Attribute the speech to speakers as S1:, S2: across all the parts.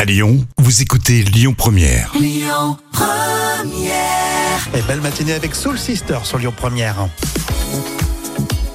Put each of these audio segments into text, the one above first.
S1: À Lyon, vous écoutez Lyon Première.
S2: Et belle matinée avec Soul Sister sur Lyon Première.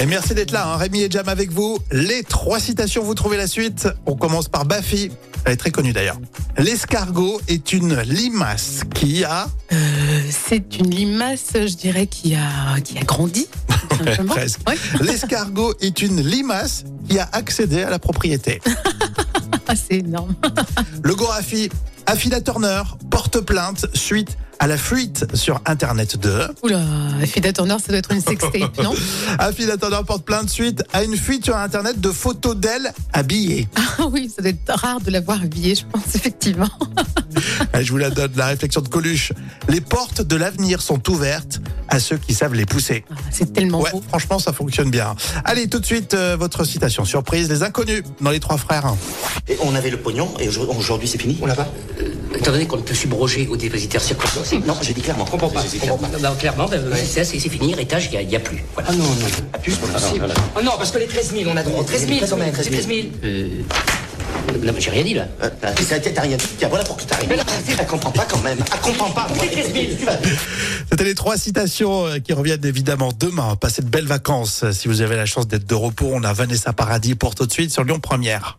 S2: Et merci d'être là, hein. Rémi et Jam avec vous. Les trois citations, vous trouvez la suite. On commence par Baffy. Elle est très connue d'ailleurs. L'escargot est une limace qui a.
S3: C'est une limace, je dirais, qui a, qui a grandi. tout simplement.
S2: presque.
S3: Ouais.
S2: L'escargot est une limace qui a accédé à la propriété.
S3: Ah, c'est énorme.
S2: Le Gorafi, Affida Turner, porte plainte suite à la fuite sur Internet 2.
S3: Oula, Fida Turner, ça doit être une sextape, non
S2: Affida Turner porte plainte suite à une fuite sur Internet de photos d'elle habillée.
S3: Ah oui, ça doit être rare de l'avoir habillée, je pense, effectivement.
S2: Allez, je vous la donne, la réflexion de Coluche. Les portes de l'avenir sont ouvertes à ceux qui savent les pousser.
S3: Ah, C'est tellement
S2: Ouais,
S3: beau.
S2: franchement, ça fonctionne bien. Allez, tout de suite, euh, votre citation surprise, les inconnus dans les trois frères.
S4: Et on avait le pognon et aujourd'hui- aujourd'hui c'est fini. On l'a pas
S5: Étant donné qu'on ne peut subroger aux dépositaires circonstanciés.
S4: Non, j'ai dit clairement.
S5: comprends pas.
S4: J'ai dit
S5: je comprends pas. Non, clairement, ben, c'est assez, c'est fini, héritage, il n'y a, plus. Voilà.
S4: Ah non, non, Ah, plus, non, non, non, non.
S5: Oh non, parce que les 13 000, on a droit. aux 13 000, quand même, c'est 13 000. Euh. Non, mais j'ai rien dit là.
S4: Euh, euh, ça, T'as rien dit. Tiens, voilà pour que t'arrives. Elle comprend pas quand même. Elle comprend pas. Tu vas-
S2: C'était les trois citations euh, qui reviennent évidemment demain. Passez de belles vacances. euh, Si vous avez la chance d'être de repos, on a Vanessa Paradis pour tout de suite sur Lyon Première.